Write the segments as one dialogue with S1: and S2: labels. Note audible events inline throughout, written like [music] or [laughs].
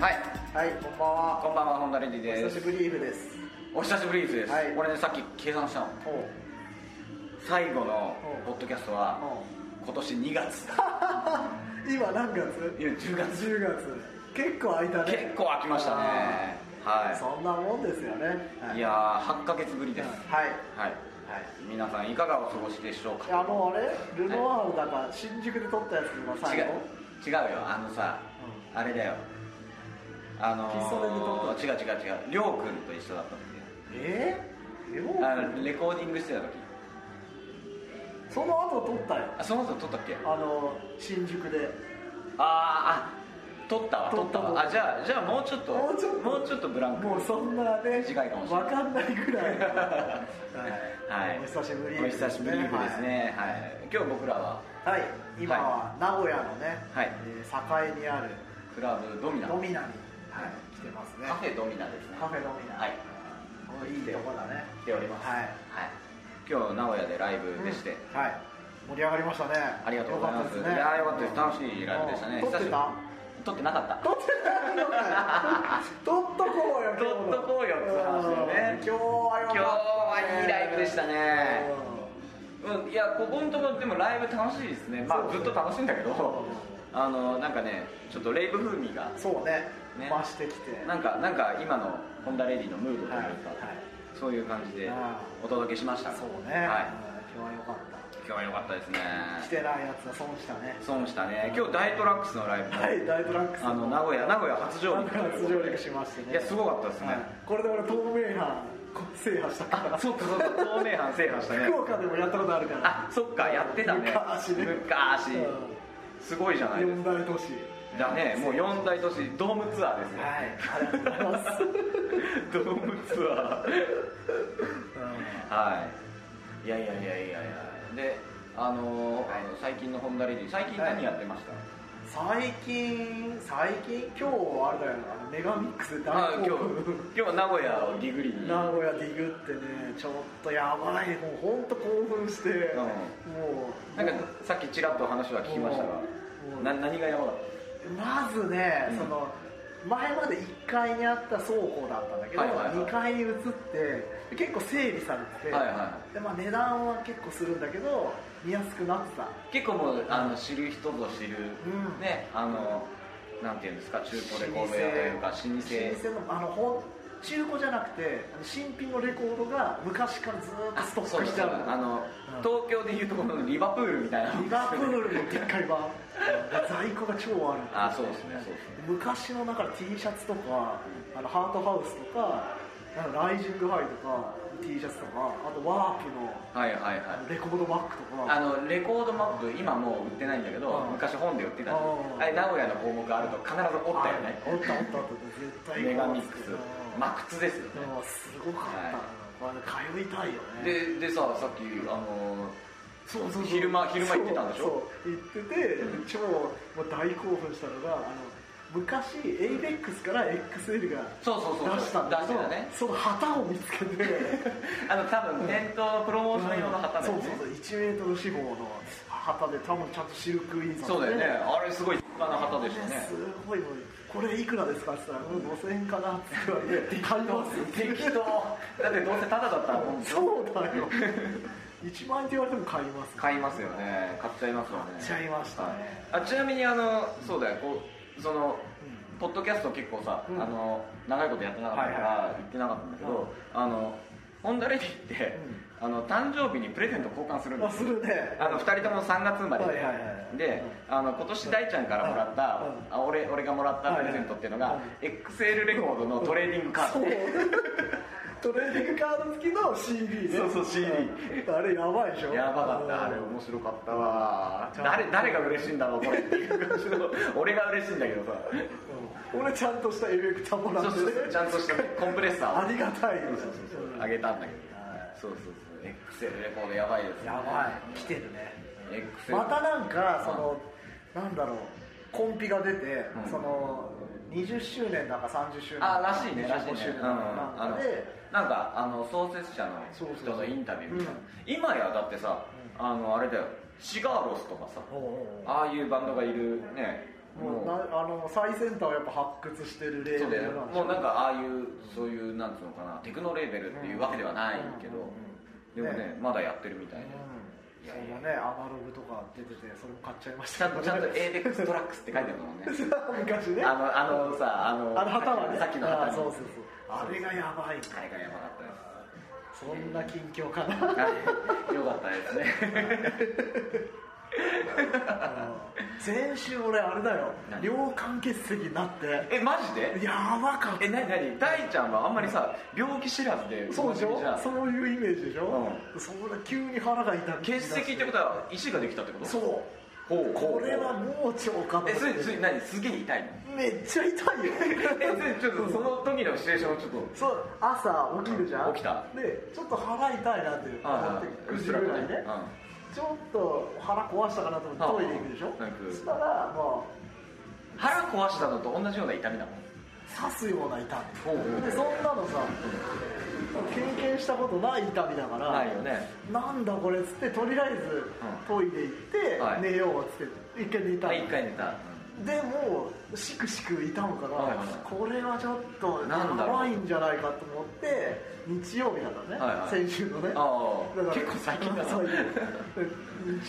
S1: はい、
S2: はい、こんばんは。
S1: こんばんは、本田レディ
S2: お
S1: で
S2: 久し
S1: す。
S2: ぶりイブです。
S1: お久しぶりです。
S2: はい
S1: 俺ね、さっき計算したの。
S2: おう [laughs]
S1: 最後の
S2: お
S1: ポッドキャストは
S2: おう
S1: 今年2月。
S2: 今何月？
S1: 今10月。
S2: 10月。結構空いたね。
S1: 結構空きましたね
S2: あー
S1: はい
S2: そんなもんですよね。はい
S1: やー、8ヶ月ぶりです。
S2: はい。
S1: はい。
S2: はい。
S1: 皆さんいかがお過ごしでしょうか。
S2: あのあれ、ルノワールだから新宿で撮ったやつ今
S1: 違
S2: 最
S1: う違
S2: 後。
S1: うよ。あのさ、あれだよ。あの
S2: 喫茶店で撮っ
S1: ー、違う違う違う。りょうくんと一緒だったんで。
S2: えー？でも
S1: あのレコーディングしてた時。
S2: その後撮ったよ。
S1: あ、その後撮ったっけ？
S2: あの新宿で。
S1: あーあ撮ったわ
S2: 撮
S1: 撮
S2: っ
S1: ったたわあじゃあじゃあもうちょっと
S2: もうちょっと
S1: もうちょっとブランク
S2: もうそんなね、
S1: 短いかもしれない
S2: わかんない
S1: [laughs]
S2: ぐらい。
S1: はい
S2: お久しぶり
S1: お久しぶりですねはい、今日僕らは
S2: はい、今は名古屋のね、
S1: はい
S2: えー栄にある
S1: クラブドミナ
S2: ドミナに、は、
S1: はい
S2: 来てますね
S1: カフェドミナですね
S2: カフェドミナ
S1: はい
S2: おいいとこだね
S1: 来ております
S2: はい、
S1: 今日名古屋でライブでして、
S2: うんはい盛り上がりましたね
S1: ありがとうございます
S2: よかったです
S1: い
S2: ね
S1: やーよかったです楽しいライブでしたね
S2: うん撮ってた
S1: 撮ってなかった
S2: 撮ってたのかよ撮っとこうよ
S1: 撮っとこうよって話だよね
S2: うん今日はよかった
S1: 今日
S2: ね
S1: はいいライブでしたね
S2: うん
S1: うんいやここのところでもライブ楽しいですねま
S2: そ
S1: あ
S2: う
S1: ずっと楽しいんだけどあのなんかねちょっとレイブ風味が
S2: そうね
S1: ね
S2: 増してきて
S1: なんかなんか今のホンダレディのムードというか、
S2: はいはい
S1: そういう感じで
S2: あ
S1: お届けしました
S2: そうね、
S1: は
S2: うん今日はよかった
S1: い、今日は良かったですね
S2: 来てないやつは損したね
S1: 損したね今日大トラックスのライブも、
S2: はい大トラックス
S1: あの名古屋名古屋初上陸
S2: 名古屋初上陸しましてね
S1: いやすごかったですね、
S2: はいこれで俺透明版制覇したから
S1: あそっかそっか透明版制覇したね
S2: 福岡でもやったことあるから
S1: あそっかやってたね
S2: 昔ね
S1: 昔
S2: うん
S1: すごいじゃないです
S2: 四
S1: か
S2: 大都市
S1: だねもう4大都市ドームツアーですね、
S2: はいありがとうございます
S1: [laughs]
S2: [laughs]
S1: ドームツアー
S2: うん
S1: はい。いやいやいやいやいや。で、あのーあの最近のホンダレディ、最近
S2: は
S1: 何
S2: い
S1: やってました？
S2: 最近最近今日はあれだよなあのメガミックスで
S1: あ
S2: 大
S1: 今
S2: 興
S1: 日
S2: 奮
S1: 今日は名古屋をディグリに。
S2: 名古屋ディグってねちょっとやばいもう本当興奮して、もう
S1: なんかさっきちらっと話は聞きましたが
S2: うん、
S1: な何がやばかっ
S2: まずね、
S1: うん
S2: その前まで1階にあった倉庫だったんだけど、
S1: はいはいはい
S2: 2階に移って結構整備されてて、
S1: はいは
S2: でまあ、値段は結構するんだけど見やすくなってた
S1: た？結構もうあの知る人ぞ知る、
S2: うん
S1: ねあのなんていうんですか中古レコード屋というか老舗。
S2: 老舗のあのほん中古じゃなくてあの新品のレコードが昔からずーっとストックしてある
S1: そうそうあの、
S2: うん
S1: 東京でいうところのリバプールみたいなもん
S2: リ
S1: ですよね
S2: バプールのでっかい版在庫が超
S1: あ
S2: ある
S1: そうですねそうですね
S2: 昔のだから T シャツとかあのハートハウスとかなんかライジングハイとか T シャツとかあとワープの
S1: はいはいはい
S2: あのレコードバッグとか
S1: あのレコードマップ今もう売ってないんだけど、
S2: うん
S1: 昔本で売ってたじゃん
S2: うん
S1: あれ名古屋の項目あると必ず折ったよね
S2: あおったおったおった絶対
S1: メガミックス
S2: マ
S1: マクツですよね
S2: すごかっ
S1: はい
S2: た、まあ通いたいよね
S1: ででささっきあの
S2: そうそうそう
S1: 昼間昼間行ってたんでしょ
S2: そうそう行ってて、
S1: うん
S2: 超もう大興奮したのがあの昔 ABEX から XL が
S1: そうそうそう
S2: 出したんだけど
S1: 出してたね
S2: その旗を見つ
S1: [laughs]
S2: けて
S1: あの多分店頭プロモーション用の旗だ
S2: そ
S1: よ
S2: う
S1: ね、
S2: そうそう1メートル四方の旗で多分ちゃんとシルクインさん
S1: そうだよねあれすごい立派な旗でしたね
S2: すごいもうこれいくらですかって言ったら、うん、5000円かなって言われて買いますって
S1: 適当だってどうせタダだったらもう
S2: そうだよ1万円って言われても買います
S1: 買いますよね買っちゃいますよね
S2: 買っちゃいましたね
S1: はいあちなみにあのそうだよこうその
S2: うん
S1: ポッドキャスト結構さ、
S2: うん
S1: あの長いことやってなかったか
S2: はいは
S1: ら言ってなかったんだけど、あのホンダレディって、あの誕生日にプレゼント交換するんで
S2: あ
S1: す
S2: するね
S1: あの2人とも3月生まれで、
S2: はいはいはい
S1: であの今年大ちゃんからもらった、
S2: う
S1: あ俺俺がもらったプレゼントっていうのが、
S2: はいはい
S1: XL レコードのトレーディングカード、
S2: そうトレーディングカード付きの CD ね
S1: そうそう CD
S2: うんあれやばいでしょ
S1: やばかったあれ
S2: うん
S1: 面白かったわ
S2: ちゃんと
S1: 誰誰が嬉しいんだろうこれっていう感じの俺が嬉しいんだけどさ
S2: うん俺ちゃんとしたエフェクターもら
S1: そう
S2: って
S1: そうそうちゃんとしたコンプレッサーを
S2: ありがたいよね
S1: そうそうそうあげたんだけど
S2: は
S1: そうそうそう XL レコードやばいです
S2: やばい来てるね
S1: XL
S2: またなんか
S1: ん
S2: そのなんだろうコンピが出て、
S1: うん
S2: その20周年だか30周年
S1: あ
S2: だ
S1: ー
S2: から
S1: しいねらしい
S2: 25
S1: ね
S2: 周
S1: う
S2: 年だか
S1: ん
S2: なん
S1: あ
S2: か
S1: の
S2: で、
S1: なんかあの創設者の
S2: そうそう
S1: 人
S2: そう
S1: のインタビューみたいな今やだってさあのあれだよシガーロスとかさ
S2: おうおう
S1: ああいうバンドがいるね
S2: もうな
S1: もう
S2: あの最先端をやっぱ発掘してるレ
S1: そ
S2: ー
S1: う
S2: ベ
S1: だ
S2: ル
S1: よ
S2: なんでしょ
S1: もうなんかああいうそういうなんつうのかなテクノレーベルっていうわけではないけど
S2: うん
S1: でもねまだやってるみたいで
S2: うん
S1: いや
S2: そ
S1: いや
S2: のねアナログとか出ててそれも買っちゃいまし
S1: ちゃ
S2: た
S1: んと
S2: けど
S1: ちゃんと ADEX トラックスって書いてあるもんね
S2: [laughs] 昔ね
S1: あのあのさあの
S2: あの旗はね
S1: さっきの旗
S2: あー
S1: に
S2: そうそうそうあれがやばい
S1: あれがやばかったです
S2: そんな近況かな
S1: はいよかったですね
S2: うん先週俺あれだよ
S1: 何
S2: 尿管結石になって
S1: えマジで
S2: やばかった
S1: えなになに大ちゃんはあんまりさ病気知らずで
S2: そうでしょ
S1: じゃん
S2: そういうイメージでしょ、そんな急に腹が痛く
S1: 結石ってことは石ができたってこと
S2: そう
S1: ほう
S2: これは盲腸かと思って
S1: えそれそれ何すげえ痛いの
S2: めっちゃ痛いよ
S1: えそれちょっとその時のシチュエーションをちょっと
S2: そう朝起きるじゃん
S1: 起きた
S2: でちょっと腹痛いなって思
S1: あ
S2: って
S1: あうっ
S2: 9時
S1: すら
S2: ぐ
S1: と
S2: らいね、ちょっと腹壊したかなと思ってトイレ行くでしょ
S1: ああ行く
S2: そしたらも
S1: うん腹壊したのと同じような痛みなの
S2: う刺すような痛
S1: ほうほ
S2: み
S1: う
S2: でそんなのさ経験したことない痛みだから
S1: ないよね
S2: なんだこれっつってとりあえずトイレ行
S1: は
S2: っ
S1: い
S2: て寝ようっつって一回寝たの
S1: あ一回寝た
S2: でもうしくしく痛むから、
S1: はいはい
S2: これはちょっとや
S1: なんだろう
S2: ばいんじゃないかと思って日曜日だからね、
S1: はいはい
S2: 先週のね
S1: あ
S2: だから
S1: あ結構最近だな
S2: 最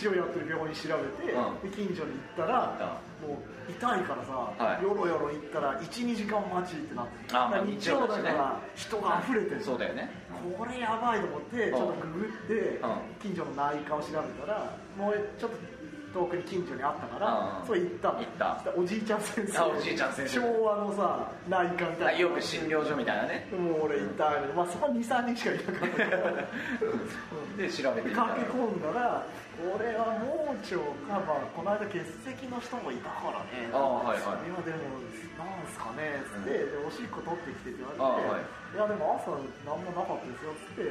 S2: 近日曜やってる病院調べて、
S1: う
S2: で近所に行ったらもう痛いからさ、
S1: はい
S2: よろよろ行ったら12時間待ちってなっ
S1: あ
S2: て
S1: ーまあ
S2: だから日曜だか
S1: 日曜だしね
S2: ら人が溢れてる、
S1: そうだよね
S2: これやばいと思ってちょっとググって
S1: うん
S2: 近所の内科を調べたらもうちょっと遠くに近所にあったから
S1: うん
S2: そう行ったの
S1: 行った
S2: そしたらおじいちゃん先生
S1: あおじいちゃん先生
S2: 昭和のさ内科みたいな
S1: よく診療所みたいなね
S2: もう俺痛いのまあそこ23人しかいなかったから
S1: [laughs] で調べて
S2: で
S1: みたら
S2: 駆け込んだら俺は盲腸かまあこの間結石の人もいたからね
S1: あーはいはい
S2: それはでもなんすかねっつって、でおしっこ取ってきてって言
S1: あ
S2: われて、
S1: ーはい
S2: いやでも朝何もなかったですよっつって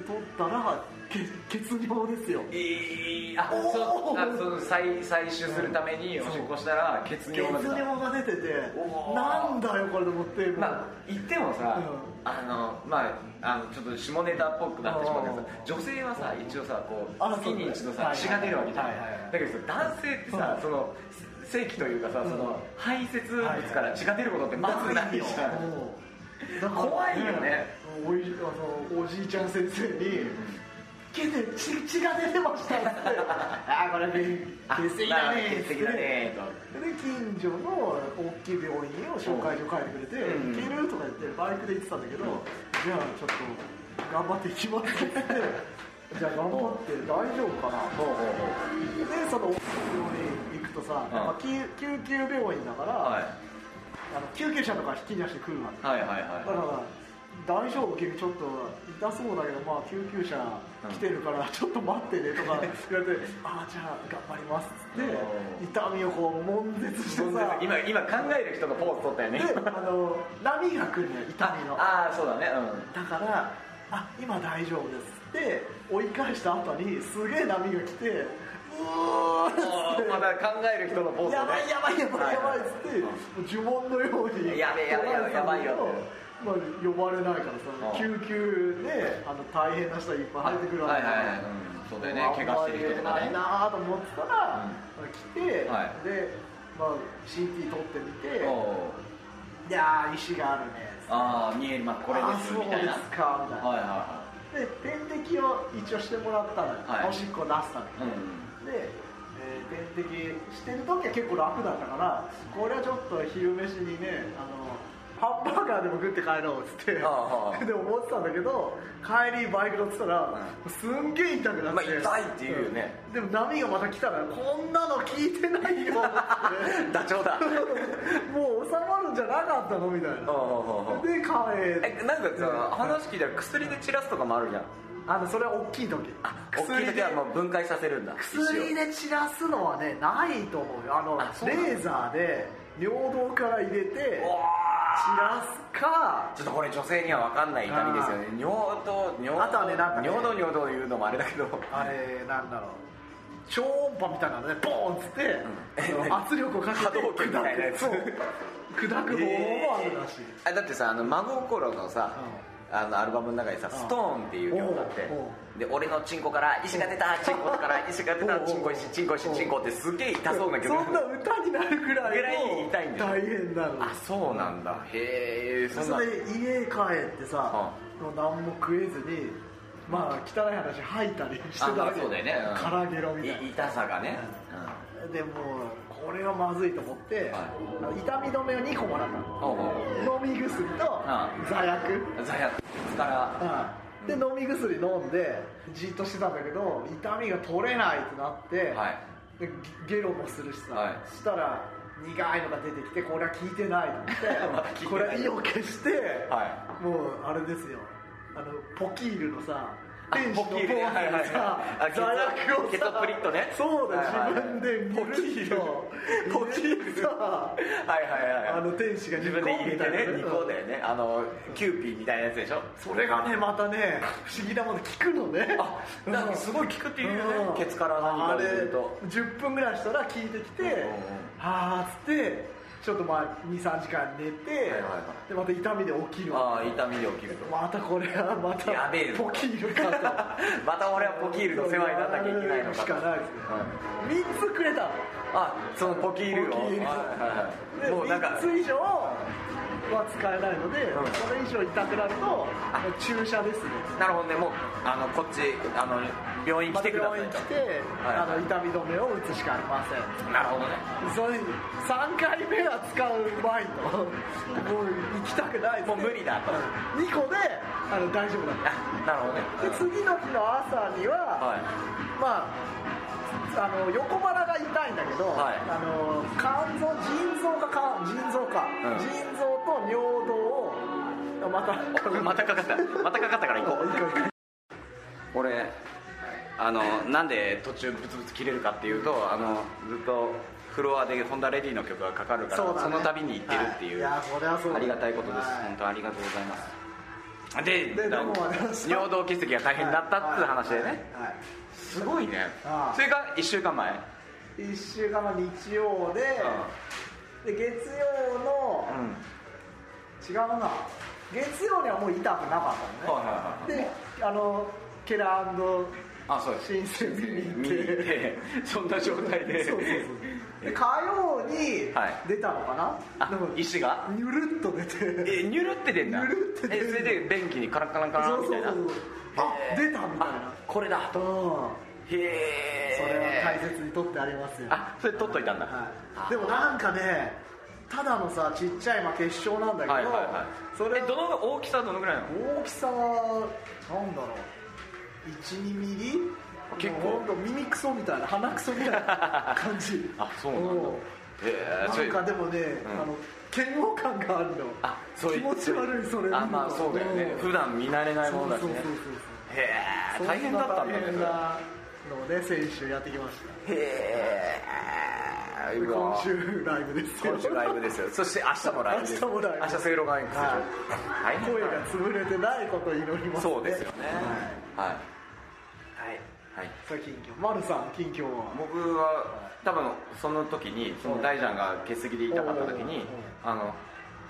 S2: で取ったらけ血尿ですよ
S1: えーあ
S2: おー
S1: そうあその採採取するためにおしっこしたら血
S2: 血
S1: 尿が
S2: 尿
S1: 出た
S2: が出てて
S1: おー
S2: なんだよこれと思ってもう
S1: まあ言ってもさ、
S2: う
S1: あのまああのちょっと下ネタっぽくなってしまうけどさ
S2: あー
S1: 女性はさ一応さこう
S2: あそう
S1: 月に一度さ、
S2: はいはいはい
S1: 血が出るわけじゃん、
S2: はいはいはい
S1: だけどさ男性ってさ、
S2: うん
S1: その性器というかさ、そ
S2: うん
S1: の排泄物から血が出ることってまずないじゃん、
S2: もうだから
S1: 怖いよね
S2: おいあのおじいちゃん先生に「毛で血血が出てました」って「ああこれ
S1: あ
S2: 血石だね」
S1: 血石だねと
S2: で近所の大きい病院を紹介所書いてくれて
S1: うん
S2: 「行ける?」とか言ってバイクで行ってたんだけど「じゃあちょっと頑張って行きます」って言って「じゃあ頑張って大丈夫かな?」
S1: ほうほうほ
S2: でその病院行くとさ、
S1: うん
S2: まあ、救救急病院だから、
S1: うはい
S2: あの救急車とか引き出してくるわけ
S1: はいはい
S2: だか
S1: は
S2: ら大丈夫君ちょっと痛そうだけどまあ救急車来てるからちょっと待ってねとか言われてああじゃあ頑張りますっ
S1: う
S2: つって痛みをこう悶絶してさ
S1: い今今考える人のポーズ取ったよね
S2: であの波が来るのよ痛みの
S1: ああーそうだねうん
S2: だから「あ今大丈夫です」って追い返した後にすげえ波が来て「う
S1: [laughs]
S2: ーっつ
S1: あ
S2: って
S1: ーまだ考える人のポーズね
S2: やばいやばいやばいやばいっつって
S1: は、いはい
S2: 呪文のように
S1: やべえやべえやべえやばいよ
S2: まあ、呼ばれないからさ
S1: うん
S2: 救急であの大変な人がいっぱい入ってくるわ
S1: は
S2: け
S1: い
S2: だ
S1: はいは
S2: か
S1: い
S2: ら、
S1: うんそうだよね怪我してる人とか
S2: あんま
S1: ね
S2: り言えないなと思ってたら、来て、
S1: は
S2: で、まあ、CT 取ってみて、
S1: おう
S2: いやー石があるねっつって
S1: ああ見えるまあこれ
S2: あ
S1: ですみたいな
S2: そうですかみたいな、
S1: はいは
S2: で点滴を一応してもらったのよ、
S1: はい
S2: おしっこ出すため
S1: い
S2: に
S1: はいうん
S2: で、えー点滴してる時は結構楽だったからこれはちょっと昼飯にねあのハンバーガーでも食って帰ろうっつって
S1: ああああ
S2: [laughs] で思ってたんだけど帰りバイク乗ってたらすんげえ痛くなって、
S1: まあ痛いっていうよね
S2: うんでも波がまた来たらこんなの聞いてないよっつっ
S1: [laughs]
S2: て
S1: ダチョウだ
S2: もう収まるんじゃなかったのみたいな
S1: おうおうおう
S2: で帰って
S1: えなんかさ話聞いたら薬で散らすとかもあるじゃん
S2: あのそれは大きい時
S1: 薬ではもう分解させるんだ
S2: 薬
S1: 一応
S2: で散らすのはねないと思うよあの
S1: あそうなの
S2: レーザーで尿道から入れて散
S1: おー
S2: らすか
S1: ちょっとこれ女性には分かんない痛みですよね尿道尿道
S2: あとはねなんかね
S1: 尿道尿道言うのもあれだけど
S2: あれなんだろう超音波みたいなのねボーンっつって、あの圧力をかけて
S1: 波動拳みたいなやつ
S2: 砕くそう砕く方法もあるらしい、
S1: あだってさあの真心のさ、あのアルバムの中にさ「
S2: ん
S1: ストーンっていう曲があって
S2: おうお
S1: で俺のチンコから石が出たチンコ
S2: [laughs]
S1: から石が出た
S2: おうおう
S1: チンコ石チンコ石チンコってすげえ痛そうな曲
S2: そんな歌になるぐらいの
S1: ぐらい痛いんだよ
S2: 大変なの
S1: あそうなんだへえそん
S2: そ
S1: な
S2: れで家帰ってさ、もう何も食えずにまあ汚い話吐いたりしてた
S1: あま
S2: わ
S1: あ
S2: け
S1: そうだよね、うん
S2: 唐揚げろみたいない
S1: 痛さがね、
S2: でもうこれはまずいと思って、
S1: は
S2: 痛み止めを2個もらったの
S1: うんほうほ
S2: 飲み薬と
S1: う
S2: 座薬、
S1: う罪悪から
S2: うんで飲み薬飲んでじっとしてたんだけど痛みが取れないってなって、
S1: はい
S2: でゲゲロもするしさ、
S1: はい
S2: そしたら苦いのが出てきてこれは効いてないと思っ
S1: [laughs] まだ効いて
S2: て
S1: ない
S2: これは意を消して、
S1: [laughs] は
S2: もうあれですよあのポキールのさ
S1: あ
S2: 天使のポーズ
S1: ポキール
S2: で
S1: ねはいはい
S2: さ
S1: はいあケツ
S2: 座薬をさ
S1: ケツをプリッとね
S2: そうだ、
S1: はいはいはい
S2: 自分でポキール
S1: ポキール
S2: さ
S1: はいはいはい
S2: あの天使が
S1: 自分で入れてね
S2: ニ
S1: 2
S2: コ
S1: 個
S2: みた
S1: だ
S2: い
S1: よねあのキューピーみたいなやつでしょ
S2: それがねまたね不思議なもの効くのね
S1: あなんかすごい効くっていうよねケツから何か
S2: あ
S1: を
S2: れ
S1: 入れると
S2: 10分ぐらいしたら効いてきて、
S1: うんうんうん
S2: あーっつってちょっとまあ23時間寝て、
S1: はいはいは
S2: でまた痛みで起きるわ
S1: ああ痛みで起きると
S2: またこれはまた
S1: やべえぞ
S2: ポキールか
S1: [laughs] [laughs] また
S2: と
S1: 俺はポキールの世話にならなきゃいけないのか
S2: しかないですね、3つくれたの
S1: あそのポキールを
S2: ポキール
S1: はいはいは
S2: で
S1: いもうなんか
S2: 3つ以上は使えないので、
S1: ん
S2: それ以上痛くなるともう注射ですね
S1: なるほどねもうあのこっちあの病院来てください
S2: 病院
S1: と
S2: 来て、
S1: はい
S2: あの痛み止めを打つしかありません
S1: なるほどね
S2: それ3回目は使うまいともう行きたくない
S1: もう無理だと
S2: 2個であの大丈夫だっ
S1: あなるほどね
S2: たで次の日の朝には、
S1: は
S2: まああの横腹が痛いんだけど、
S1: はい
S2: あの肝臓腎臓が肝腎臓か、
S1: うん
S2: 腎臓と尿道をあまた
S1: いこれ [laughs] [laughs] またかかったまたかかったから行こ [laughs] う俺あのなんで途中ブツブツ切れるかっていうとあのずっとフロアでホンダレディの曲がかかるから
S2: [laughs] そうだね
S1: の度に行ってるっていう、
S2: はいいやそれはそうだ
S1: ありがたいことです、
S2: はい
S1: 本当ありがとうございますで
S2: でどこまで
S1: 尿道結石が大変だったっていう話でね、
S2: [laughs] はいはいはい
S1: すごいね
S2: ああ
S1: それが1週間前
S2: 1週間の日曜でで月曜の、
S1: うん
S2: 違うな月曜にはもう痛くなかったのね、
S1: はいはいはい
S2: であのケラ
S1: あそうです
S2: 申請見に行
S1: 見
S2: っ
S1: に
S2: て
S1: 行
S2: [laughs]
S1: ってそんな状態で
S2: そうそうそうで火曜に
S1: はい
S2: 出たのかな、
S1: あ
S2: でも
S1: 石が
S2: ニュルっと出て
S1: えニュルって出んだ
S2: ニュルって出ん
S1: え
S2: だ
S1: それで便器にカランカランカ
S2: そ
S1: ラン
S2: う
S1: み
S2: そ
S1: たい
S2: うそ
S1: な
S2: うあ
S1: へー
S2: 出たみたい
S1: あ
S2: な
S1: これだ
S2: う
S1: と
S2: ん
S1: へえ
S2: それは大切に取ってありますよ
S1: あそれ取っといたんだ、
S2: はい、でもなんかねただのさちっちゃいまあ決勝なんだけど、
S1: はいはいはい
S2: それ
S1: えどの大きさはどのぐらいなの
S2: 大きさはなんだろう12ミリ
S1: 結構
S2: もうほんと耳クソみたいな鼻クソみたいな感じ
S1: [laughs] あそうなんだへ
S2: う
S1: えそ
S2: な
S1: れ
S2: んかでもね、
S1: ん
S2: あの嫌悪感があるの
S1: あそうい
S2: 気
S1: う
S2: 持ち悪いそれ見るの
S1: あまあそうだよね
S2: ん
S1: 普段見慣れない
S2: そう
S1: ものだし
S2: そう
S1: ね
S2: そう
S1: へえ
S2: そう
S1: 大変だったんだね
S2: そんな大変なので先週やってきました
S1: へえ
S2: で
S1: うわ
S2: 今週ライブですよ
S1: 今週ライブですよそして明日もライブです
S2: 明日もライブ
S1: 明日セイロガン X でしょ
S2: は
S1: 大変
S2: 声
S1: だ
S2: が潰れてないことを祈ります、
S1: そうですよねはい
S2: はい、
S1: はい
S2: さあ近況丸さん近況は
S1: 僕は多分その時にその大ちゃんが欠席で痛かった時
S2: おうおう
S1: に
S2: お
S1: あの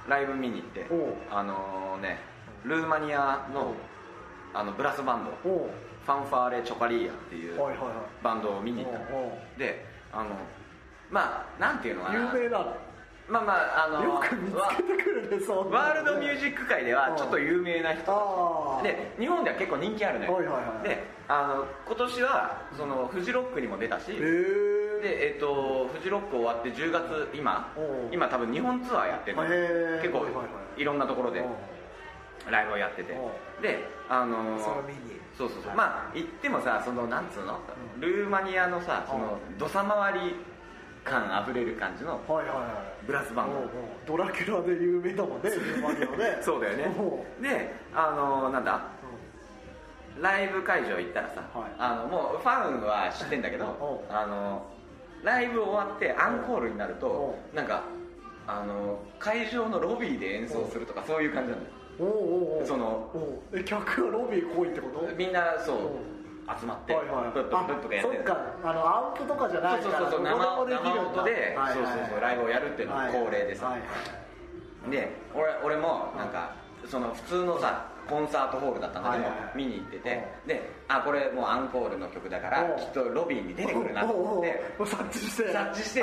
S1: ライブ見に行って
S2: おう
S1: あのねルーマニアのあのブラスバンド
S2: おう
S1: ファンファーレ・チョカリーヤっていう
S2: はいはいはい
S1: バンドを見に行った
S2: おうおう
S1: であのまあなんていうのかな
S2: 有名なの
S1: まあまああの
S2: よく見つけてくるねそう
S1: ワールドミュージック界ではちょっと有名な人
S2: ああ
S1: で日本では結構人気あるのよ、
S2: はいはいはい
S1: であの今年はそのフジロックにも出たし、
S2: へえ
S1: でえっとフジロック終わって10月今
S2: おう
S1: 今多分日本ツアーやってるの
S2: へー
S1: 結構
S2: はいはいはい
S1: いろんなところでライブをやってて
S2: お
S1: であのー
S2: その見に
S1: そうそうそう
S2: はい
S1: まあ行ってもさそのなんつうの
S2: うん
S1: ルーマニアのさその土佐回り感あふれる感じの
S2: はいはいは
S1: ブラス
S2: い
S1: バンド
S2: おうおうドラキュラで有名だもんねルーマニア
S1: [laughs]
S2: ね
S1: そうだよね
S2: おううん
S1: であのなんだライブ会場行ったらさ、
S2: はい
S1: あのもうファンは知ってんだけど
S2: お
S1: あのライブ終わってアンコールになると
S2: お
S1: なんかあの会場のロビーで演奏するとかそういう感じなんだよ
S2: おうおうおう
S1: その
S2: おうえ客はロビー来いってこと
S1: みんなそう
S2: お
S1: 集まって
S2: はいはい
S1: プッププップがやって
S2: あそ
S1: る
S2: っかあのアンプとかじゃない
S1: そ
S2: か
S1: うそう
S2: ら
S1: そう
S2: ど
S1: 生
S2: こでもでき
S1: 生
S2: るんだ
S1: 音で、
S2: はいはいはい
S1: そうそうそうライブをやるっていうのが恒例でさ、
S2: はいはい
S1: で俺俺もなんかその普通のさコンサートホールだったんだけど、
S2: はいはいはい
S1: 見に行っててであこれもうアンコールの曲だから
S2: おう
S1: きっとロビーに出てくるなと
S2: おうおう
S1: 思
S2: お
S1: っ
S2: う
S1: て
S2: もう察知して
S1: 察知して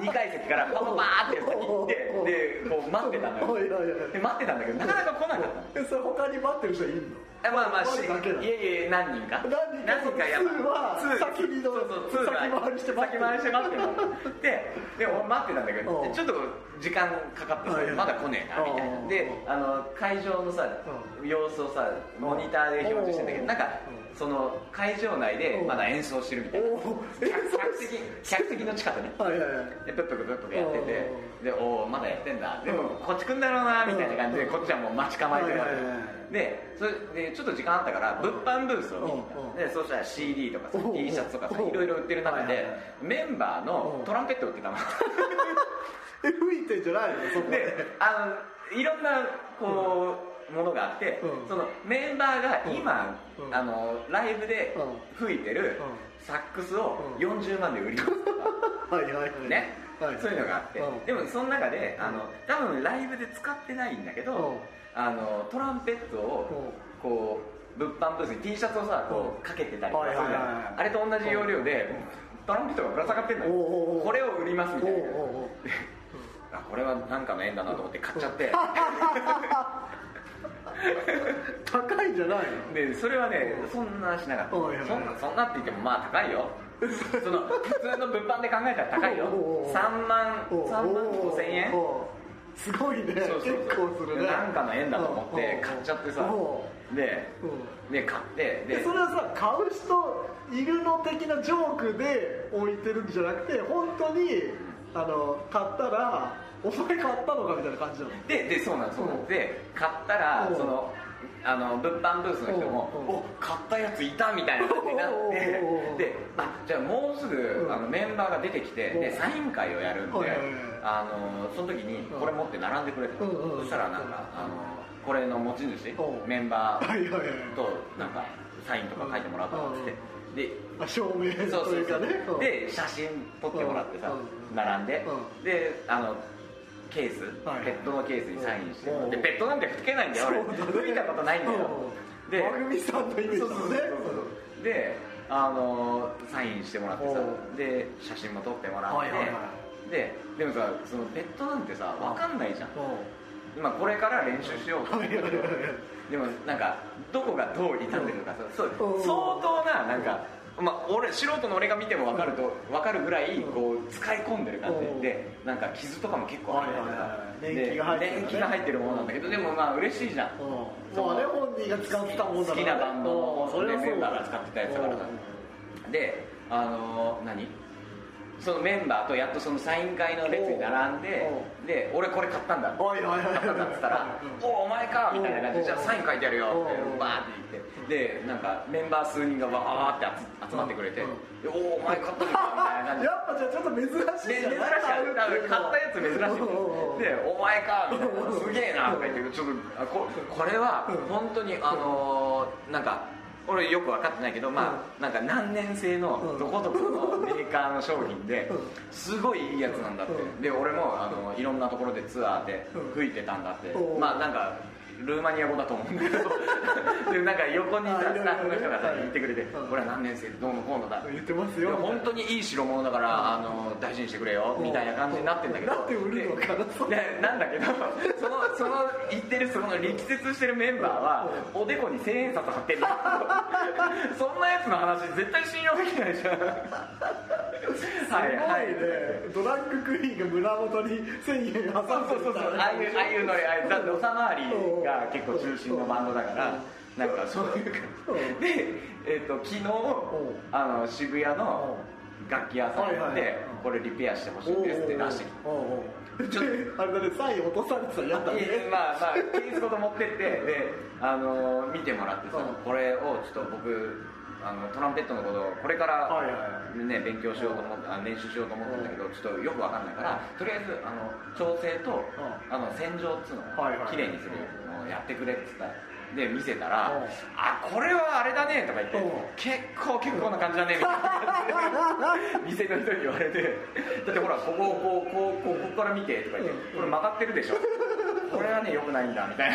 S1: 2階席からパパパーって先行って
S2: おうおうおう
S1: でこう待ってたの
S2: おいおい
S1: よ
S2: おい
S1: で待ってたんだけどなかなか来なかったの
S2: えそれ他に待ってる人いるの
S1: えまあまあし
S2: 待ってるだけだ
S1: いえいえ何人か
S2: 何人か
S1: やっぱ
S2: ツーは
S1: ツー
S2: 先にど
S1: そ
S2: う
S1: うそうツーは
S2: 先回りして待ってる
S1: 先回りして待ってるでで俺待ってたんだけど
S2: うん
S1: ちょっと時間かかってさ
S2: はいはい
S1: まだ来ねえなみたい
S2: うん
S1: なであの会場のさ様子をさモニターで表示してんだけ
S2: う
S1: ど
S2: ん
S1: なんか
S2: う
S1: その会場内で
S2: うん
S1: まだ演奏してるみたいな
S2: おおえ
S1: 客席客席の近くね
S2: それはいはいはい
S1: でプップクプップクやっててでおおまだやってんだでもこっち来んだろうなみたいな感じで
S2: うん
S1: こっちはもう待ち構えてるわ
S2: はいはいはいは
S1: けでそれでちょっと時間あったから物販ブースを見に行
S2: う
S1: っ
S2: ん
S1: たでそしたら CD とかさ
S2: うん
S1: T シャツとかさ
S2: うん
S1: いろいろ売ってる中
S2: はいは
S1: で
S2: いはい
S1: メンバーの
S2: うん
S1: トランペット売ってたの [laughs]
S2: え吹いてんじゃないのそこ
S1: であのいろんなこうものがあって
S2: うん
S1: そのメンバーが今
S2: うん
S1: あのライブで吹いてる
S2: う
S1: サックスを
S2: う
S1: 40万で売りますとか
S2: はいはいはい
S1: ね、
S2: はい
S1: そういうのがあって、
S2: うん
S1: でもその中で
S2: うん
S1: あの多分ライブで使ってないんだけど、あのトランペットをこう物販ブースに T シャツをさこ
S2: うん
S1: うかけてたりとかするじゃん
S2: はいはいはいはい
S1: あれと同じ要領でトランペットがぶら下がってんだよ
S2: おうおうおう
S1: これを売りますみ
S2: お
S1: た
S2: お
S1: いな
S2: おお
S1: あこれはなんかの縁だなと思って買っちゃって
S2: 高いんじゃないの
S1: でそれはね
S2: うん
S1: そんなしなかった
S2: うん
S1: そんなそんなって言ってもまあ高
S2: [laughs]
S1: いよその普通の物販で考えたら高いよ
S2: おうおうおう
S1: 3万
S2: お
S1: 3万5千円
S2: おおすごいね
S1: そうそうそう
S2: 結構するね
S1: なんかの縁だと思って
S2: うん
S1: 買っちゃってさ
S2: お
S1: で
S2: うおう
S1: で買って
S2: で
S1: で
S2: それはさ買う人いるの的なジョークで置いてるんじゃなくて本当にあの買ったらお前買ったのかみたいな感じなの
S1: ででそうなのそうな
S2: うん
S1: ので買ったら
S2: うん
S1: そのあの物販ブースの人も
S2: うんうん
S1: お買ったやついたみたいな感じにな
S2: うん
S1: ってであじゃあもうすぐ
S2: うん
S1: あのメンバーが出てきて
S2: うん
S1: でサイン会をやるんで
S2: はいはいはい
S1: あのその時にこれ持って並んでくれて
S2: うんうんうん
S1: そしたらなんかあのこれの持ち主
S2: うん
S1: メンバ
S2: は
S1: ー
S2: いはいはい
S1: となんかサインとか書いてもらったっつってで
S2: あ証明と
S1: そうそう
S2: いう
S1: そ
S2: か
S1: う
S2: ねん
S1: で写真撮ってもらってさ
S2: うん
S1: 並んで
S2: う
S1: であのケース
S2: はい
S1: ペットのケースにサインして
S2: うん
S1: でペットなんて吹けないんだよ
S2: そうだね
S1: 俺吹いたことないんだよ
S2: うん
S1: で
S2: 番組さんのイメージだもんね
S1: であのサインしてもらってさ
S2: う
S1: で写真も撮ってもら
S2: はいはいは
S1: ってででもさそのペットなんてさ分かんないじゃん
S2: う
S1: 今これから練習しようと思
S2: んは
S1: っ
S2: い
S1: て
S2: はいはいはい
S1: でもなんかどこがどう傷んでるのかそう
S2: う
S1: そうん相当ななんか、まあ、俺素人の俺が見ても分かると分かるぐらいこう使い込んでる感
S2: うん
S1: じでなんか傷とかも結構ある
S2: はいはいはいは
S1: で
S2: い年季が入ってるね
S1: 年季が入ってるものなんだけどでもまあ嬉しいじゃん
S2: うんまあね本人が使ってたもんだから
S1: 好きなバンドの
S2: うんそれはそう
S1: メンバーが使ってたやつだからさであのー何そのメンバーとやっとそのサイン会の列に並んで
S2: お
S1: で俺これ買ったんだ
S2: おいおいおい
S1: 買ったんだっつったら「おおお前か」みたいな感じで「
S2: おう
S1: じゃあサイン書いてやるよ」って
S2: おう
S1: バーって言ってでなんかメンバー数人がわーって集集まってくれて
S2: うん
S1: 「でおおお前買ったのか」みたいな感じで
S2: やっぱじゃあちょっと珍しい
S1: で
S2: じゃ
S1: 珍し
S2: ない
S1: い買ったやつ珍しいで「お前か」みたいな「すげえな」とか言ってちょっとあここれは本当にあのーなんか俺よく分かってないけどまあなんか何年製のどこどこのメーカーの商品で
S2: うん
S1: すごいいいやつなんだって
S2: うん
S1: で俺もあのいろんなところでツアーで吹いてたんだって
S2: うん
S1: まあなんかルーマニア語だと思うんだけどでなんか横にさ
S2: あいろいろね
S1: スタッフの人がさ言ってくれて
S2: う
S1: 「
S2: ん
S1: 俺は何年生どうのこうのだ」
S2: 言ってます
S1: いや
S2: よ
S1: 本当にいい代物だからあの大事にしてくれよみたいな感じになってんだけど
S2: なんで売るのかなそんな
S1: ででなんだけどそのその言ってるその力説してるメンバーはおでこに千円札貼ってるんだけどそんなやつの話絶対信用できないじゃんはいはい
S2: ねドラッグクイーンが胸元に1000円挟
S1: そうそ
S2: ん
S1: うそう
S2: で
S1: そうああいうああいうのりああいうだロサマーリーが結構中心のバンドだからなんかそういう感じで、えっと昨日あの渋谷の楽器屋さん行っ
S2: はいはい
S1: てこれリペアしてほしいんですって出してきて
S2: ちょっとあれだねサイン落とされてたら嫌だね
S1: いやまあまあケースごと持ってってで、あのー見てもらってさ、
S2: うん
S1: これをちょっと僕あのトランペットのことをこれか
S2: はい
S1: ら
S2: は、
S1: ね勉強しようと思って、あ練習しようと思ってんだけど、ちょっとよくわかんないから、とりあえずあの調整と、
S2: う
S1: あの洗浄っつうのを、
S2: はいはい
S1: きれいにするのをやってくれって言ったら。で見せたら
S2: うん
S1: 「あこれはあれだね」とか言って
S2: うん
S1: 「結構結構な感じだね」みたいな店の人に言われて「だってほらここをこうこうこうここから見て」とか言って
S2: う
S1: 「こ
S2: ん
S1: れ曲がってるでしょ」これはね良くないんだみた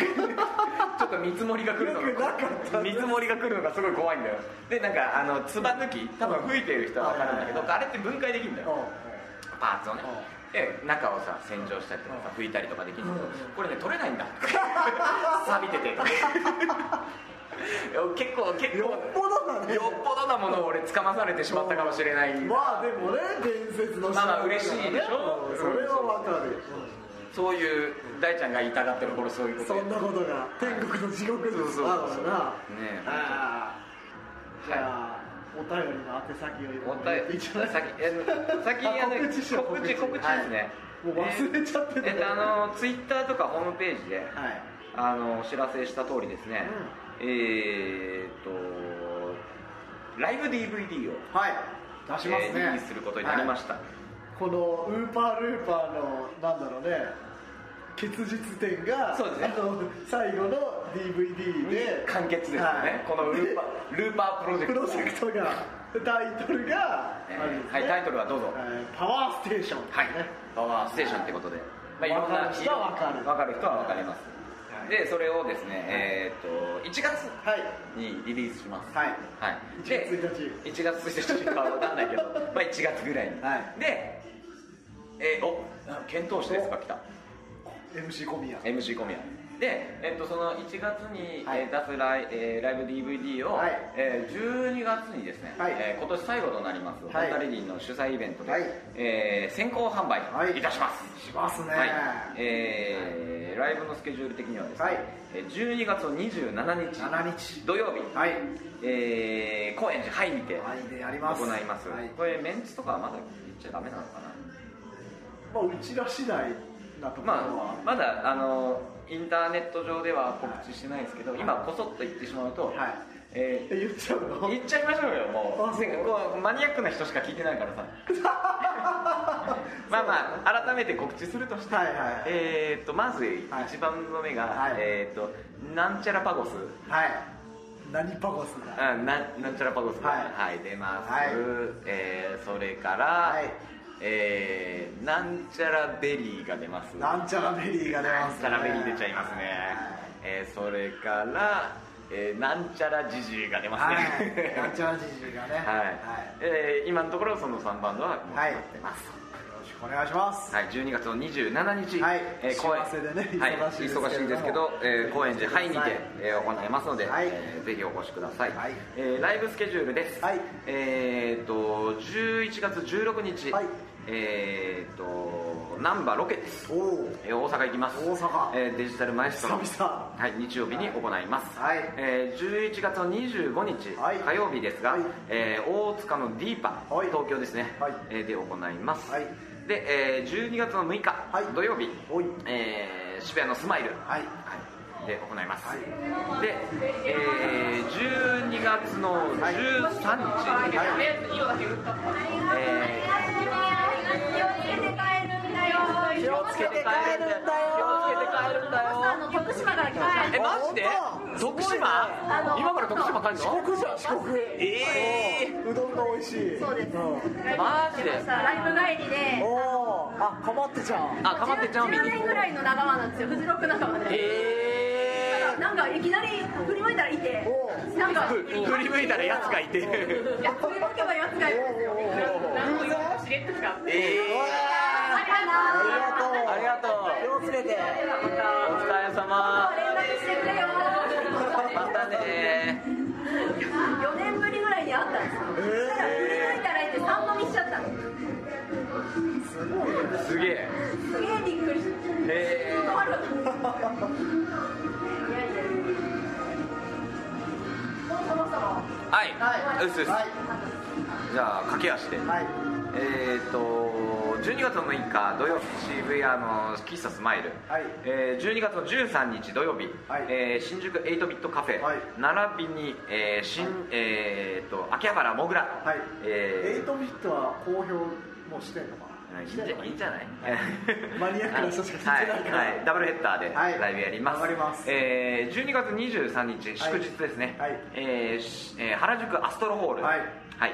S1: いな
S2: [laughs]
S1: ちょっと見積もりが来るの
S2: 良くなかった
S1: が見積もりが来るのがすごい怖いんだよでなんかあのつば抜き多分吹いてる人は分かるんだけど
S2: うん
S1: あれって分解できるんだ
S2: [laughs]
S1: よパーツをね
S2: う
S1: で中をさ洗浄したりとかさ拭いたりとかできるんだけど
S2: うん
S1: これね取れないんだ
S2: [laughs]
S1: 錆びてていや結構結
S2: よ
S1: 構
S2: っぽどだね
S1: よっぽどなものを俺掴まされてしまったかもしれない
S2: まあでもね伝説の人だか
S1: まあまあ
S2: らね
S1: 嬉しいでしょ
S2: うんそれはわかる
S1: そういう大ちゃんが痛がってる頃そういううんこと
S2: そ
S1: で
S2: んなことが天国と地獄のあるからな
S1: ね
S2: あーじゃあお便りの宛先を
S1: お
S2: 今
S1: た
S2: 言
S1: え
S2: っていただいて
S1: 先え先にあの
S2: あ告知しよう
S1: 告知
S2: 告
S1: 告
S2: 知
S1: 知ですね、
S2: もう忘れちゃってた
S1: えっとあのツイッターとかホームページで、
S2: はい
S1: あのお知らせした通りですね、えーっとライブ DVD を、
S2: はい出しますね
S1: えーリリースすることになりました、
S2: このウーパールーパーのなんだろうね結実点が
S1: そうですね
S2: あの最後の DVD で
S1: 完結ですよね、
S2: はい
S1: このルーパールーパープロジェ
S2: プ
S1: クト
S2: ロジェクトがタイトルが、
S1: えー
S2: あれですね
S1: はいタイトルはどうぞ
S2: えーパワーステーション
S1: はい
S2: ね、
S1: パワーステーションってことで、
S2: はい
S1: まあ、いろんな
S2: わかる人はわかる
S1: わかる人は分かります、
S2: はい
S1: でそれをですね、えーっと1月
S2: はい
S1: にリリースします
S2: はい
S1: はい、で
S2: 1月1
S1: 1月1日かは分かん
S2: [laughs]
S1: ないけどまあ1月ぐらいに、
S2: はい
S1: でえーお検討士ですか来た
S2: MC 小宮
S1: MC 小宮で、えっと、その1月に、
S2: はい
S1: えー出すライ,、えーライブ DVD を、
S2: はい
S1: えー12月にですね、
S2: はい
S1: えー今年最後となります、ホン
S2: はい
S1: タレディの主催イベントで、
S2: はい
S1: えー先行販売
S2: はい
S1: いたします、
S2: しますね
S1: はいえーライブのスケジュール的にはですね、
S2: はい
S1: えー12月の27日
S2: 7日
S1: 土曜日、
S2: はい
S1: えー高円寺ハイにて
S2: はいでやります
S1: 行います、
S2: はい
S1: これメンツとかはまだ言っちゃダメなのかな
S2: まあうちら次第なところは
S1: まあ、まだあのインターネット上では告知してないですけど、今こそっと言ってしまうと、
S2: はい
S1: え
S2: え言っちゃう
S1: ー
S2: の
S1: 言っちゃいましょうよも
S2: あ
S1: う
S2: そう
S1: せっかくこうマニアックな人しか聞いてないから
S2: [laughs]
S1: さまあまあ改めて告知するとして、
S2: はいはい
S1: えーっとまず一番目が、
S2: はい
S1: えーっとなんちゃらパゴス
S2: はい何パゴスだ
S1: あななんちゃらパゴスが、
S2: は
S1: はい出ます、
S2: はい
S1: えーそれから、
S2: はい
S1: えーなんちゃらベリーが出ます
S2: なんちゃらベリーが出ま
S1: なん
S2: す、
S1: ちゃらベリー出ちゃいますね、えーそれから、えーなんちゃらジジイが出ます
S2: は
S1: ね
S2: い、はい、なんちゃらじじいが
S1: [laughs]
S2: ね
S1: はい
S2: はい、
S1: えー今のところその3バンドはもう
S2: はい
S1: 決まってます、はい
S2: よろしくお願いします
S1: 12月の27日、
S2: はい
S1: えー公演
S2: 幸せでね
S1: はい
S2: 忙しいですけれども
S1: 忙しいですけど、えー公演時ハイにて、えー行いますので、
S2: はい
S1: えーぜひお越しください、
S2: はい
S1: えーライブスケジュールです、
S2: はい
S1: えーっと11月16日、
S2: はい
S1: えーっと難波ロケです
S2: おお
S1: えー大阪行きます
S2: 大阪
S1: えーデジタルマエストロ
S2: 久々
S1: はい、日曜日に行います、
S2: はい
S1: えー11月の25日、
S2: はい
S1: 火曜日ですが、
S2: はい
S1: えー大塚のディーパ、
S2: はい
S1: 東京ですね、
S2: はい
S1: えーで行います、
S2: はい
S1: で、えー12月の6日、
S2: はい
S1: 土曜日、
S2: おい
S1: えー渋谷のスマイル、
S2: は
S1: はい
S2: い
S1: で行います、
S2: はい
S1: で、えー12月の13日、えー気をつけて帰るんだよ
S3: 気をつけて帰るんだよあの徳島から来ました
S1: えマジで
S2: 本当
S1: 徳
S2: すごいね
S1: 島
S3: あの
S1: 今から徳島帰る
S2: 四
S1: の
S2: 国じゃん四国
S1: え
S2: うどんが美味しい
S3: そうです
S2: ん
S1: マジで
S3: ライブ帰りで
S2: おおあかまってちゃん
S1: あかまってちゃんを見に
S3: 10年ぐらいの仲間なんですよフジロック仲間で、
S1: えー
S3: なんかいきなり振り向いたらいて
S2: お
S3: なんか
S1: ふ振り向いたらやつがいて
S3: いや振り向けばやつがいるんですよ
S2: 偶然
S1: え
S2: うわ
S3: ありがとう
S1: ーありがとう
S2: ー気をつけて
S1: お疲れ様
S3: 連絡してくれよ
S1: またね
S3: 4年ぶりぐらいに会ったんですよそしたら振り向いたらいて3飲みしちゃったの
S1: ーすげえ
S3: すげえびっくりした
S1: えー
S3: 困るいやいやいやもうそろそろ
S1: はい
S2: は
S1: うっすうっす
S2: はい
S1: じゃあ駆け足で
S2: はい
S1: えー、と12月の6日土曜日渋谷の喫茶スマイル、
S2: はい
S1: えー12月の13日土曜日、
S2: はい
S1: えー新宿8ビットカフェ、
S2: はい
S1: 並びに、えー新
S2: はい
S1: えー、と秋葉原もぐら、
S2: はい
S1: え
S2: エイトビットは公表もしてんのかな
S1: ーいいんじゃいいんじゃない [laughs]
S2: マニアックな人しか聞いてないから
S1: ははいダブルヘッダーで
S2: はい
S1: ライブやります、
S2: 頑張ります
S1: えー、12月23日祝日ですね、
S2: はい
S1: えーしえー原宿アストロホール
S2: はい
S1: はい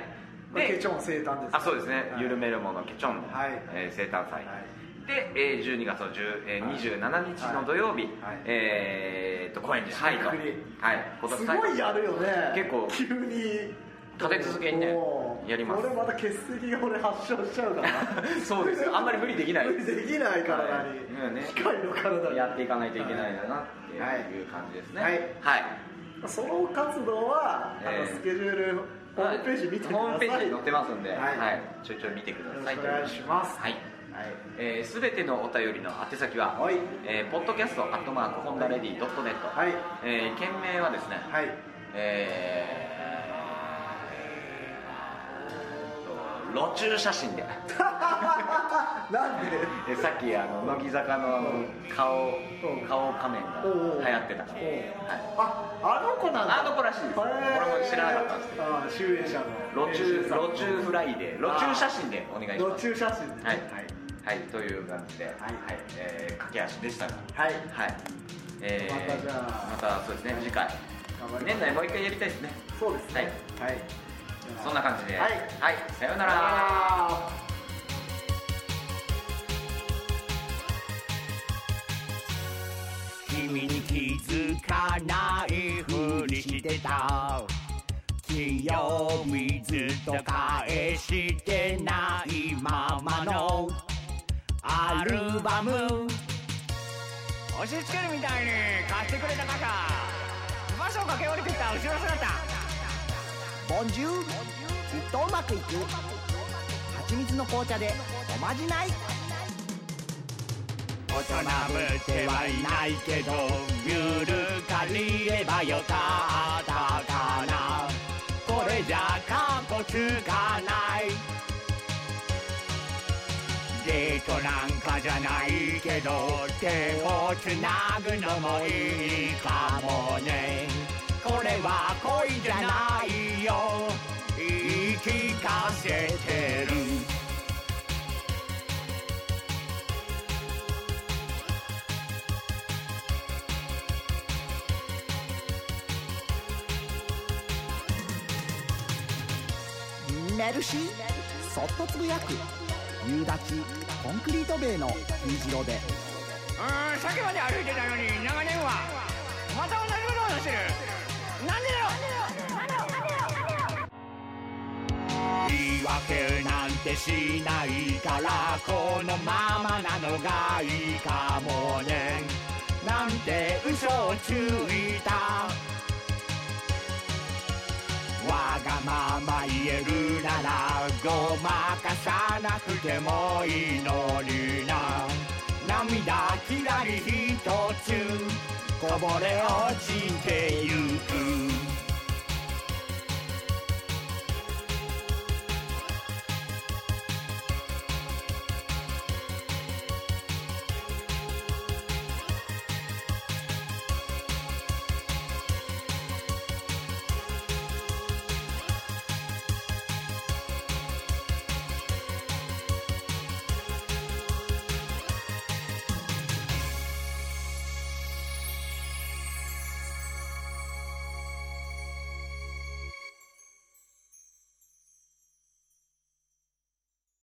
S2: まあ
S1: で
S2: ケチョン生誕ですね
S1: あそうですね、
S2: はい
S1: 緩めるものケチョンの、
S2: はい
S1: えー生誕祭、
S2: はい
S1: で、えー12月の10、えー
S2: はい
S1: 27日の土曜日、
S2: はい
S1: えーっと公演にはいと、は
S2: 締
S1: い
S2: めくくり、
S1: 今
S2: す
S1: 年最後
S2: ごいやるよね
S1: 結構
S2: 急に
S1: 立て続けにね
S2: もう
S1: やります
S2: 俺また欠席が俺発症しちゃうから
S1: [laughs] そう [laughs] ですよあんまり無理できない
S2: 無理できない体
S1: はい
S2: に、
S1: うんね
S2: 機械の体に
S1: やっていかないといけないんだなって
S2: はい
S1: いう感じですね
S2: はい
S1: はい
S2: ソロ活動は、
S1: え
S2: あ
S1: ー
S2: のスケジュールホームページ見てください、
S1: ホームページに載ってますんで、
S2: は
S1: はいいちょいちょい見てください
S2: よろしくお願いします
S1: はい
S2: はい
S1: えー、全てのお便りの宛先は、
S2: はい
S1: えー、ポッドキャストアットマークホンダレディドットネット、
S2: はい
S1: えー件名はですね、
S2: はい
S1: えー、と路中写真
S2: [laughs]
S1: で
S2: なんで
S1: えさっきあの乃木坂のあの顔
S2: うん
S1: 顔仮面
S2: おうおう
S1: が流行ってたから、
S2: お
S1: は
S2: う
S1: い、
S2: ああの子なんだ
S1: あの子らしいです
S2: へー
S1: 俺も知らなかったんですけど
S2: あー集英社の
S1: 路中
S2: 編
S1: 路
S2: 集さん
S1: 中フライデー路中写真でお願いしま
S2: 路
S1: す
S2: 中写真
S1: はい、はい、という感じで、はい、えー駆け足でしたが、
S2: は
S1: は
S2: い
S1: い、えー
S2: またじゃあ
S1: またそうですね、次回、
S2: 頑張ります
S1: 年内もう一回やりたいですね。
S2: そうですねはい、
S1: そんな感じで、
S2: はい
S1: さようなら。
S2: あー
S4: 君に気づかないふりしてた金曜日ずっと返してないままのアルバム押し付けるみたいに貸してくれたか場所を駆け下りてきた後ろ姿
S5: ボンジュールきっとうまくいく蜂蜜の紅茶でおまじない
S4: 大人ぶってはいないけどゆるかりればよかったかなこれじゃかっこつかないデートなんかじゃないけど手をつなぐのもいいかもねこれは恋じゃないよ言い聞かせてる
S5: メルシーそっとつぶやく夕立コンクリート塀の虹色で
S4: うーんさっきまで歩いてたのに長年はまた同じことを話してるなんでだろう言い訳なんてしないからこのままなのがいいかもねなんて嘘をついたわがまま言えるならごまかさなくてもいいのにな涙きらりひとつこぼれ落ちてゆ